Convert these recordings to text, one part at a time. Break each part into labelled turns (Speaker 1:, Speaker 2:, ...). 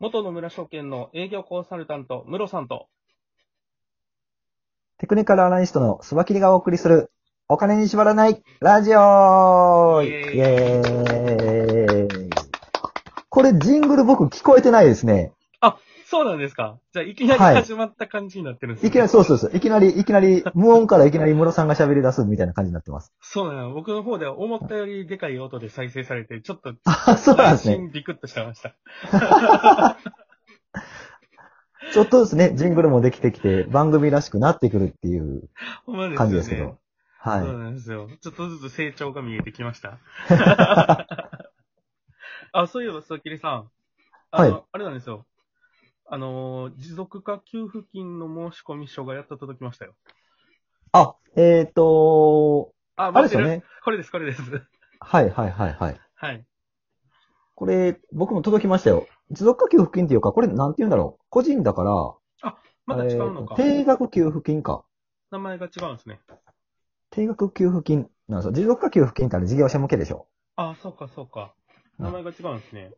Speaker 1: 元野村証券の営業コンサルタント、ムロさんと、
Speaker 2: テクニカルアナリストのスバキリがお送りする、お金に縛らないラジオイ
Speaker 1: イエーイ
Speaker 2: エーイこれ、ジングル僕聞こえてないですね。
Speaker 1: そうなんですかじゃあ、いきなり
Speaker 2: はい
Speaker 1: 始まった感じになってるんです
Speaker 2: いきなり、そうそうそう。いきなり、いきなり、無音からいきなりムロさんが喋り出すみたいな感じになってます。
Speaker 1: そうなの。僕の方では思ったよりでかい音で再生されて、ちょっと、
Speaker 2: あ、そうなんですね。
Speaker 1: ビクッとしてました。
Speaker 2: ちょっとですね、ジングルもできてきて、番組らしくなってくるっていう
Speaker 1: ほんまですよね。
Speaker 2: 感じですけど。はい
Speaker 1: そう。なんですよ。ちょっとずつ成長が見えてきま した。あ、そういえば、そうきりさん。あの、
Speaker 2: はい
Speaker 1: あれなんですよ。あのー、持続化給付金の申し込み書がやっと届きましたよ。
Speaker 2: あ、えっ、ー、と、
Speaker 1: あ、
Speaker 2: あれ
Speaker 1: 待
Speaker 2: で
Speaker 1: って
Speaker 2: すよ
Speaker 1: る。
Speaker 2: ね。
Speaker 1: これです、これです。
Speaker 2: はいはいはいはい。
Speaker 1: はい。
Speaker 2: これ、僕も届きましたよ。持続化給付金っていうか、これなんて言うんだろう。個人だから、
Speaker 1: まだ違うのか
Speaker 2: え。ー定額給付金か。
Speaker 1: 名前が違うんですね。
Speaker 2: 定額給付金なんですよ。持続化給付金ってあれ事業者向けでしょ。
Speaker 1: あ、そうか、そうか。名前が違うんですね。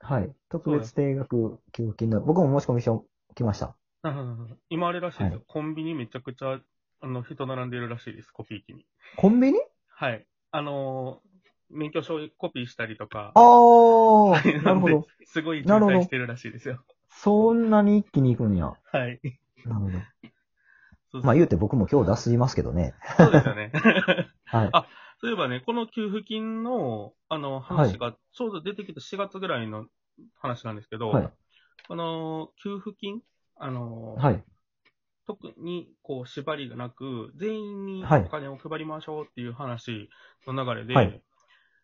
Speaker 2: はい。
Speaker 1: そ
Speaker 2: 特
Speaker 1: うで
Speaker 2: 別
Speaker 1: す
Speaker 2: 定額給付金の、僕も申し込み書来ました。
Speaker 1: なるほどなるほど今あれらしいですよ。
Speaker 2: は
Speaker 1: コンビニめちゃくちゃ、あの、人並んでいるらしいです、コピー機に。
Speaker 2: コンビニ
Speaker 1: はい。あのー免許証コピーしたりとか。
Speaker 2: あ
Speaker 1: は
Speaker 2: ー、
Speaker 1: い
Speaker 2: なるほ
Speaker 1: ん
Speaker 2: ど
Speaker 1: で。すごい渋
Speaker 2: なるほど
Speaker 1: 滞してるらしいですよ。
Speaker 2: そんなに一気に行くんや。
Speaker 1: はい。
Speaker 2: なるほど。
Speaker 1: そう
Speaker 2: まあ言うて僕も今日出すぎますけどね。
Speaker 1: そうですよ ね。
Speaker 2: はい。
Speaker 1: そういえばね、この給付金の、あの、話が、ちょうど出てきた4月ぐらいの話なんですけど、
Speaker 2: はい。
Speaker 1: この給付金、あの、
Speaker 2: はい。
Speaker 1: 特にこう縛りがなく、全員にお
Speaker 2: はい
Speaker 1: 金を配りましょうっていう話の流れで、
Speaker 2: はい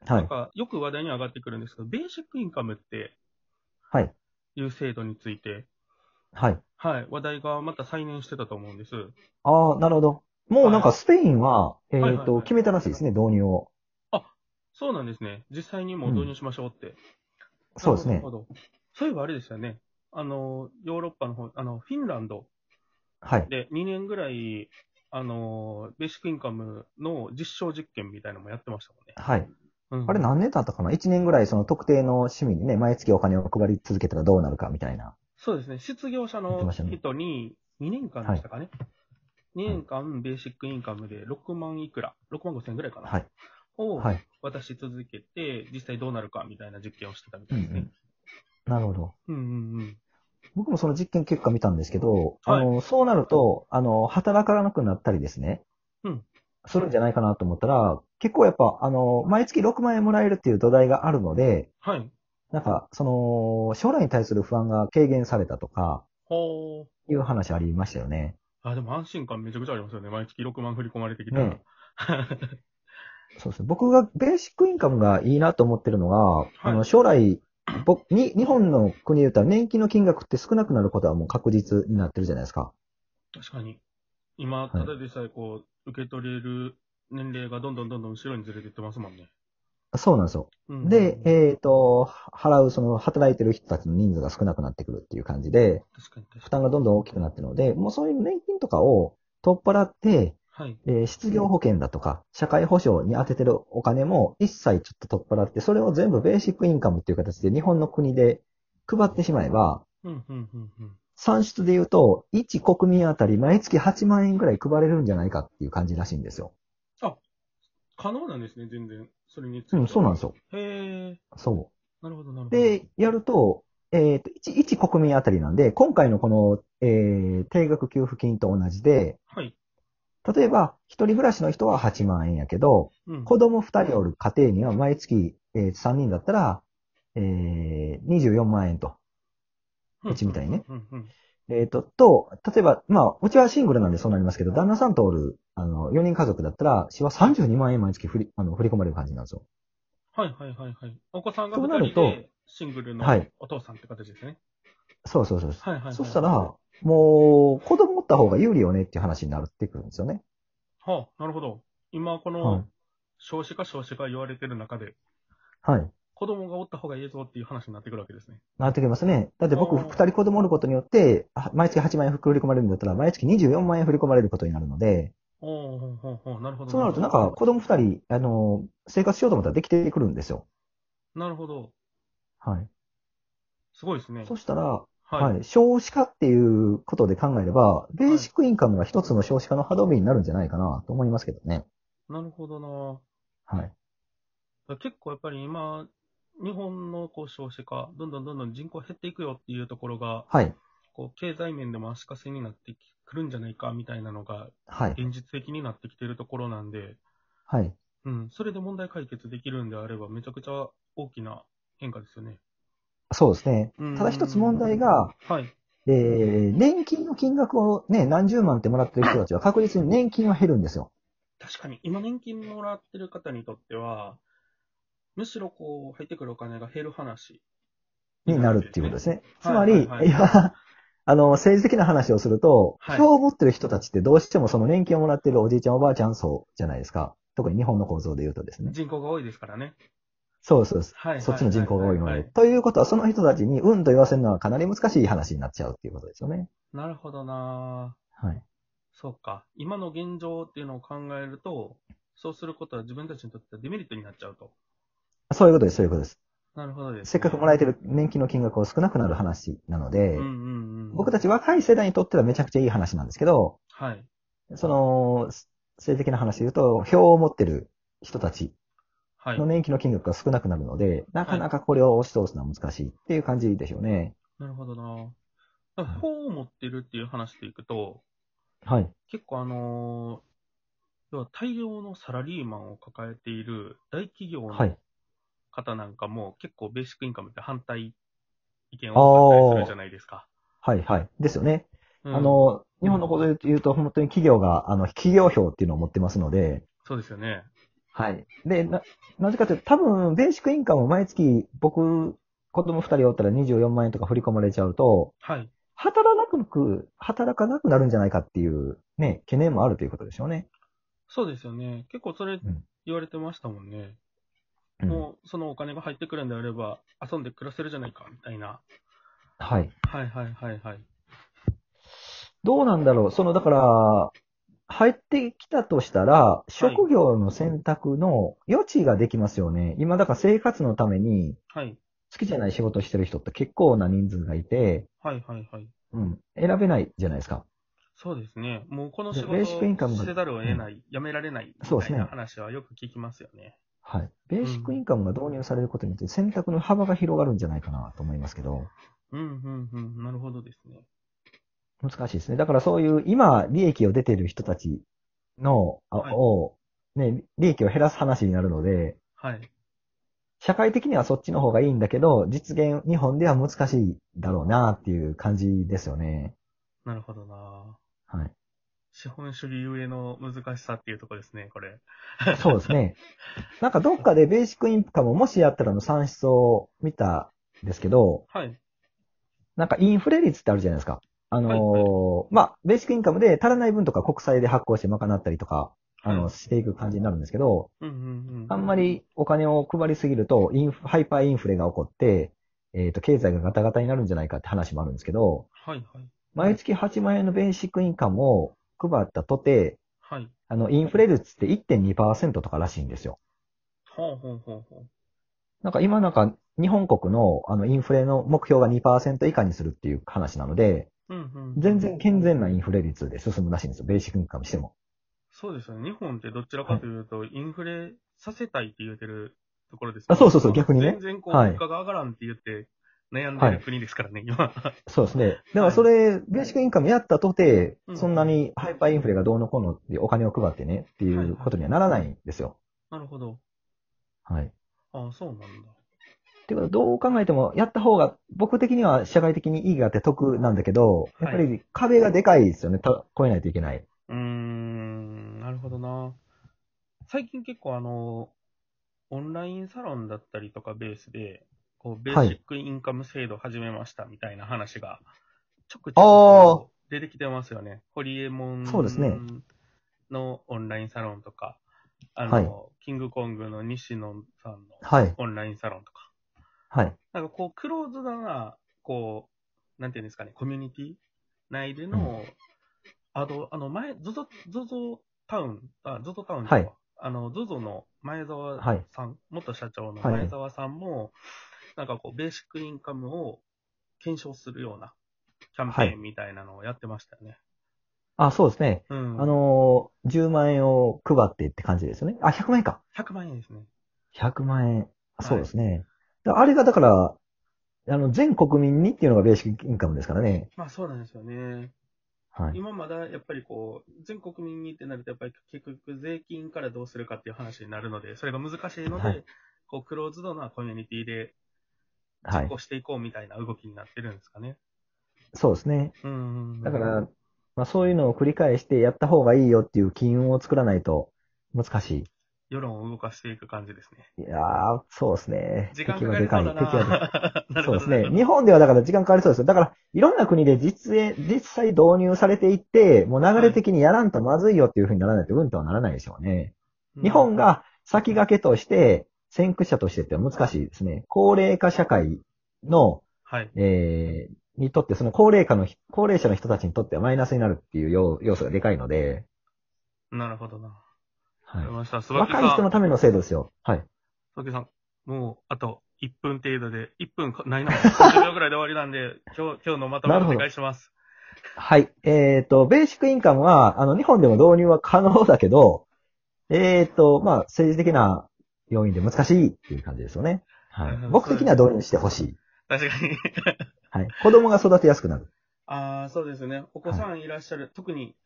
Speaker 2: は
Speaker 1: なん
Speaker 2: い。
Speaker 1: かよく話題に上がってくるんですけど、ベーシックインカムって
Speaker 2: はい。
Speaker 1: いう制度について、
Speaker 2: はい。
Speaker 1: はい、話題がまた再燃してたと思うんです。
Speaker 2: あー、なるほど。もうなんかスペインは、えっ、
Speaker 1: はいはい
Speaker 2: と、
Speaker 1: はい
Speaker 2: 決めたらしいですね、導入を。
Speaker 1: そうなんですね。実際にもう導入しましょうって。
Speaker 2: そうです
Speaker 1: なる
Speaker 2: ね。
Speaker 1: ほど。そういえばあれでしたよね。あの、ヨーロッパの方、あの、フィンランド
Speaker 2: はい。
Speaker 1: で2年ぐらい、あの、ベーシックインカムの実証実験みたいなのもやってましたもんね。
Speaker 2: はい。
Speaker 1: うん
Speaker 2: あれ何年だったかな ?1 年ぐらいその特定の市民にね、毎月お金を配り続けたらどうなるかみたいな。
Speaker 1: そうですね。失業者
Speaker 2: やって
Speaker 1: の
Speaker 2: ましたね
Speaker 1: 人に2年間でしたかね。2年間ベーシックインカムで6万いくら、6万5千ぐらいかな。
Speaker 2: はい。
Speaker 1: を
Speaker 2: はい。
Speaker 1: 渡し続けて、実際どうなるかみたいな実験をしてたみ
Speaker 2: う
Speaker 1: た
Speaker 2: んう
Speaker 1: いですね
Speaker 2: ん。。なるほど。
Speaker 1: うんうんうん。
Speaker 2: 僕もその実験結果見たんですけど、
Speaker 1: はい
Speaker 2: あの、そうなると、あの、働かなくなったりですね。
Speaker 1: うん。
Speaker 2: するんじゃないかなと思ったら、結構やっぱ、あの、毎月6万円もらえるっていう土台があるので、
Speaker 1: はい。
Speaker 2: なんか、その、将来に対する不安が軽減されたとか、
Speaker 1: ほー。
Speaker 2: いう話ありましたよね。
Speaker 1: あ、でも安心感めちゃくちゃありますよね。毎月6万振り込まれてきたら。
Speaker 2: ねそうですね。僕がベーシックインカムがいいなと思ってるのが、あの、将来、僕に、日本の国で言ったら年金の金額って少なくなることはもう確実になってるじゃないですか。
Speaker 1: 確かに。今、ただでさえこう、受け取れる年齢がどんどんどんどん後ろにずれていってますもんね。
Speaker 2: そうなんですよ。
Speaker 1: うんうん
Speaker 2: で、えっ、と、払う、その、働いてる人たちの人数が少なくなってくるっていう感じで、
Speaker 1: 確かに確
Speaker 2: 負
Speaker 1: かに。
Speaker 2: 担がどんどん大きくなってるので、もうそういう年金とかを取っ払って、
Speaker 1: はい。
Speaker 2: えー失業保険だとか、社会保障に当ててるお金も一切ちょっと取っ払って、それを全部ベーシックインカムっていう形で日本の国で配ってしまえば、
Speaker 1: うん、うん、うん、うん。
Speaker 2: 算出で言うと、1国民あたり毎月8万円ぐらい配れるんじゃないかっていう感じらしいんですよ。
Speaker 1: 可能なんですね、全然。それについて。
Speaker 2: うん、そうなんです
Speaker 1: よ。
Speaker 2: よ。
Speaker 1: へえ。
Speaker 2: そう。
Speaker 1: なるほど、なるほど。
Speaker 2: で、やると、えっ、と、1、1国民あたりなんで、今回のこの、えー、定額給付金と同じで、
Speaker 1: はい。
Speaker 2: 例えば、一人暮らしの人は8万円やけど、
Speaker 1: うん。
Speaker 2: 子供2人おる家庭には毎月、えー、3人だったら、えー、24万円と。
Speaker 1: うん
Speaker 2: うちみたいにね。
Speaker 1: うん、うん。
Speaker 2: えっ、と、と、例えば、まあ、うちはシングルなんでそうなりますけど、旦那さんとおる、あの、4人家族だったら、私は32万円毎月振り、あの、振り込まれる感じなんですよ。
Speaker 1: はい、はい、はい、はい。お子さんが
Speaker 2: そうなる
Speaker 1: 2人
Speaker 2: と
Speaker 1: で、シングルの
Speaker 2: はい
Speaker 1: お父さんって形ですね。
Speaker 2: そうそうそうそ
Speaker 1: は
Speaker 2: う。
Speaker 1: い、はい、はい。
Speaker 2: そしたら、もう、子供おった方が有利よねっていう話になってくるんですよね。
Speaker 1: はあ、なるほど。今、こ
Speaker 2: はい
Speaker 1: の、少子化少子化言われてる中で、
Speaker 2: はい。
Speaker 1: 子供がおった方がいいぞっていう話になってくるわけですね。
Speaker 2: なってきますね。だって僕、
Speaker 1: あー
Speaker 2: 二人子供おることによって、あ毎月8万円振り込まれるんだったら、毎月24万円振り込まれることになるので、
Speaker 1: おーほうほうほう、なるほど。
Speaker 2: そうなるとなんか、子供二人、あのー、生活しようと思ったらできてくるんですよ。
Speaker 1: なるほど。
Speaker 2: はい。
Speaker 1: すごいですね。
Speaker 2: そしたら、
Speaker 1: は。
Speaker 2: はいい、少子化っていうことで考えれば、ベーシックインカムが一つの少子化の歯止めになるんじゃないかなと思いますけどね。
Speaker 1: なるほどな。
Speaker 2: はい。
Speaker 1: 結構やっぱり今、日本のこう少子化、どんどんどんどん人口減っていくよっていうところが、
Speaker 2: はい。
Speaker 1: こう経済面でも足かせになってくるんじゃないかみたいなのが、
Speaker 2: はい。
Speaker 1: 現実的になってきてるところなんで、
Speaker 2: はい。
Speaker 1: うん、それで問題解決できるんであれば、めちゃくちゃ大きな変化ですよね。
Speaker 2: そうですね
Speaker 1: う。ん
Speaker 2: ただ一つ問題が、
Speaker 1: はい。
Speaker 2: えー、年金の金額をね、何十万ってもらってる人たちは確実に年金は減るんですよ。
Speaker 1: 確かに、今年金もらってる方にとっては、むしろこう、入ってくるお金が減る話
Speaker 2: になるっていうことですね。つま
Speaker 1: はい
Speaker 2: り、
Speaker 1: はいはい
Speaker 2: いや、 あの、政治的な話をすると、
Speaker 1: はい
Speaker 2: 票を持ってる人たちってどうしてもその年金をもらってるおじいちゃんおばあちゃん層じゃないですか。特に日本の構造で言うとですね。
Speaker 1: 人口が多いですからね。
Speaker 2: そうですそうです。
Speaker 1: はいはいはいはい
Speaker 2: そっちの人口が多いの
Speaker 1: は
Speaker 2: で。
Speaker 1: い
Speaker 2: ということは、その人たちにうんと言わせるのはかなり難しい話になっちゃうっていうことですよね。
Speaker 1: なるほどな
Speaker 2: はい。
Speaker 1: そうか。今の現状っていうのを考えると、そうすることは自分たちにとってはデメリットになっちゃうと。
Speaker 2: そういうことです、そういうことです。
Speaker 1: なるほどです、ね。
Speaker 2: せっかくもらえて
Speaker 1: る。
Speaker 2: る年金の金額を少なくなる話なので、
Speaker 1: うんうんうん。
Speaker 2: 僕た
Speaker 1: ち。
Speaker 2: ち若い世代にとってはめちゃくちゃいい話なんですけど、
Speaker 1: はい。
Speaker 2: その、性的な話で言うと、票を持ってる人たち
Speaker 1: はい
Speaker 2: の。年金の金額が少なくなるので、なかなかこれを押し通すのは難しいっていう感じでしょうね。
Speaker 1: なるほどなだから法を持ってるっていう話でいくと、
Speaker 2: はい。
Speaker 1: 結構あのー要は大量のサラリーマンを抱えている大企業
Speaker 2: は
Speaker 1: の
Speaker 2: い。
Speaker 1: 方なんかも、結構ベーシックインカムって反対意見をったりするじゃないですか。
Speaker 2: はい、はい。ですよね。
Speaker 1: うん
Speaker 2: あ、の、日本のことで言うと、本当に企業が、あの、企業票っていうのを持ってますので、
Speaker 1: そうですよね。
Speaker 2: はい。で、な、なぜかというと、多分、ベーシックインカムを毎月、僕、子供2人おったら24万円とか振り込まれちゃうと、
Speaker 1: はい。
Speaker 2: 働かなく、働かなくなるんじゃないかっていう、ね、懸念もあるということでしょうね。
Speaker 1: そうですよね。結構それ
Speaker 2: ん
Speaker 1: 言われてましたもんね。
Speaker 2: うん
Speaker 1: もうそのお金が入ってくるんであれば、遊んで暮らせるじゃないかみたいな。
Speaker 2: はい。
Speaker 1: はいはいはいはい。
Speaker 2: どうなんだろう。その、だから、入ってきたとしたら、職業の選択の余地ができますよね。今、だから生活のために、
Speaker 1: はい
Speaker 2: 好きじゃない仕事してる人って結構な人数がいて、
Speaker 1: はいはいはい。
Speaker 2: うん、選べないじゃないですか。
Speaker 1: そうですね。もうこの
Speaker 2: で
Speaker 1: 仕事
Speaker 2: ベーシックインカムが
Speaker 1: せざるを得ない、やめられないみ
Speaker 2: そうで
Speaker 1: たい
Speaker 2: すね
Speaker 1: な話はよく聞きますよね。
Speaker 2: はい。ベーシックインカムが導入されることによって選択の幅が広がるんじゃないかなと思いますけど、
Speaker 1: うんうんうん。なるほどですね。
Speaker 2: 難しいですね。だからそういう今、利益を出てる人たちの、あ
Speaker 1: はい
Speaker 2: を、ね、利益を減らす話になるので、
Speaker 1: はい。
Speaker 2: 社会的にはそっちの方がいいんだけど、実現、日本では難しいだろうなっていう感じですよね。
Speaker 1: なるほどな
Speaker 2: はい。
Speaker 1: 資本主義ゆえの難しさっていうところですね、これ。
Speaker 2: そうですね。 なんかどっかでベーシックインカムもしやったらの算出を見たんですけど、
Speaker 1: はい。
Speaker 2: なんかインフレ率ってあるじゃないですか。あのー
Speaker 1: はい
Speaker 2: まあ、ベーシックインカムで足らない分とか国債で発行して賄ったりとか、あ
Speaker 1: は
Speaker 2: の、
Speaker 1: い
Speaker 2: していく感じになるんですけど、
Speaker 1: うんうんうん。
Speaker 2: あんまりお金を配りすぎると、インフ、ハイパーインフレが起こって、えっ、と、経済がガタガタになるんじゃないかって話もあるんですけど、
Speaker 1: はいはい。
Speaker 2: 毎月8万円のベーシックインカムを配ったとて、
Speaker 1: はい。
Speaker 2: あの、インフレ率って1.2%とからしいんですよ。
Speaker 1: ほうほうほうほう。
Speaker 2: なんか今なんか、日本国のあのインフレの目標が2%以下にするっていう話なので、
Speaker 1: うんうん、
Speaker 2: 全然健全なインフレ率で進むらしいんですよ。ベーシックインカムしても。
Speaker 1: そうですよね。日本ってどちらかというと、インフレさせたいって言ってるところですよ、
Speaker 2: あそうそうそう逆にね
Speaker 1: 全然こう、
Speaker 2: はい
Speaker 1: 物価が上がらんって言って悩んでる国ですからね、今。
Speaker 2: そうですね。だからそれ、ベーシックインカムやったとて
Speaker 1: う、ん
Speaker 2: そんなにハイパーインフレがどうのこうのってお金を配ってねっていうことにはなら ないんですよ。
Speaker 1: なるほど。
Speaker 2: はい。
Speaker 1: ああ、そうなんだ。
Speaker 2: っていうことはどう考えても、やった方が、僕的には社会的に意義があって得なんだけど、やっぱり壁がでかいですよね。た超えないといけない。
Speaker 1: うーん、なるほどな。最近結構あの、オンラインサロンだったりとかベースで、こう、ベーシックインカム制度始めましたみたいな話が、ちょくちょくこう出てきてますよね。ホリエモン
Speaker 2: そうですね
Speaker 1: のオンラインサロンとか、あの、
Speaker 2: はい
Speaker 1: キングコングの西野さんの
Speaker 2: はい。
Speaker 1: オンラインサロンとか、
Speaker 2: はい。
Speaker 1: なんかこう、クローズドな、こう、なんていうんですかね、コミュニティ内での、あの、あの前、ゾゾ、ゾゾタウン、あ、ゾゾタウンとか
Speaker 2: はい
Speaker 1: あの、ゾゾの前澤
Speaker 2: はい
Speaker 1: さん、元社長の
Speaker 2: はい
Speaker 1: 前澤さんも、なんかこう、ベーシックインカムを検証するようなキャンペーンみたいなのをやってましたよね。
Speaker 2: あ、そうですね。
Speaker 1: うん。
Speaker 2: あ、のー、10万円を配ってって感じですよね。あ、100万円か。
Speaker 1: 100万円ですね。
Speaker 2: 100万円。あ
Speaker 1: はい
Speaker 2: そうですね。だあれがだから、あの、全国民にっていうのがベーシックインカムですからね。
Speaker 1: まあそうなんですよね。
Speaker 2: はい。
Speaker 1: 今まだやっぱりこう、全国民にってなると、やっぱり結局税金からどうするかっていう話になるので、それが難しいので、
Speaker 2: はい
Speaker 1: こう、クローズドなコミュニティで
Speaker 2: は
Speaker 1: 実
Speaker 2: い。
Speaker 1: 行していこうみたいな動きになってるんですかね。
Speaker 2: そうですね。
Speaker 1: うんうん。
Speaker 2: だから、、まあそういうのを繰り返してやった方がいいよっていう機運を作らないと難しい。
Speaker 1: 世論を動かしていく感じですね。
Speaker 2: いやー、そうですね。
Speaker 1: 時間
Speaker 2: 敵
Speaker 1: か
Speaker 2: は
Speaker 1: か
Speaker 2: で
Speaker 1: り
Speaker 2: か
Speaker 1: そ。
Speaker 2: いう
Speaker 1: だ
Speaker 2: 敵は
Speaker 1: な。 な
Speaker 2: で
Speaker 1: る
Speaker 2: そう
Speaker 1: ほ
Speaker 2: で
Speaker 1: ど
Speaker 2: す
Speaker 1: なる
Speaker 2: ね
Speaker 1: ほ。ど
Speaker 2: 日本ではだから時間かかりそうですよ。だから、いろんな国で実演、実際導入されていって、もう流れ的にやらんとまずいよっていうふうにならないと、うんとはならないでしょうね。日本、が先駆けとして、先駆者としてってのは難しいですね。高齢化社会の、
Speaker 1: はい。
Speaker 2: えー、にとって、その高齢化の、高齢者の人たちにとってはマイナスになるっていう要要素がでかいので、
Speaker 1: なるほどな。
Speaker 2: は
Speaker 1: わ
Speaker 2: い
Speaker 1: かりました。椿
Speaker 2: 若い
Speaker 1: さ
Speaker 2: 人の
Speaker 1: ん、
Speaker 2: ための制度ですよ。はい。
Speaker 1: 椿さん、もうあと1分程度で、1分かないな、30秒ぐらいで終わりなんで、今日、今日のまとめ
Speaker 2: な
Speaker 1: お
Speaker 2: るほど
Speaker 1: 願いし ます。
Speaker 2: はい。えっ、と、ベーシックインカムは、あの、日本でも導入は可能だけど、えっ、と、まあ、政治的な要因で難しいっていう感じですよね。は
Speaker 1: う
Speaker 2: い。
Speaker 1: ん
Speaker 2: 僕的には導入してほしい。
Speaker 1: 確かに。
Speaker 2: はい。子供が育てやすくなる。
Speaker 1: ああ、そうですね。お子さんいらっしゃる、特に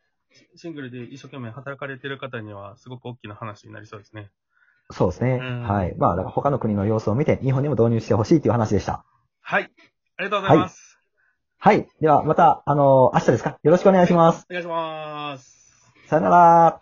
Speaker 1: シングルで一生懸命働かれてる方には、すごく大きな話になりそうですね。
Speaker 2: そうですね。
Speaker 1: うん
Speaker 2: はい。まあ、だから他の国の様子を見て、日本にも導入してほしいっていう話でした。
Speaker 1: はい。ありがとうございます。
Speaker 2: はい。では、また、あの明日ですかよろしくお願いします。
Speaker 1: お願いします。
Speaker 2: さよなら。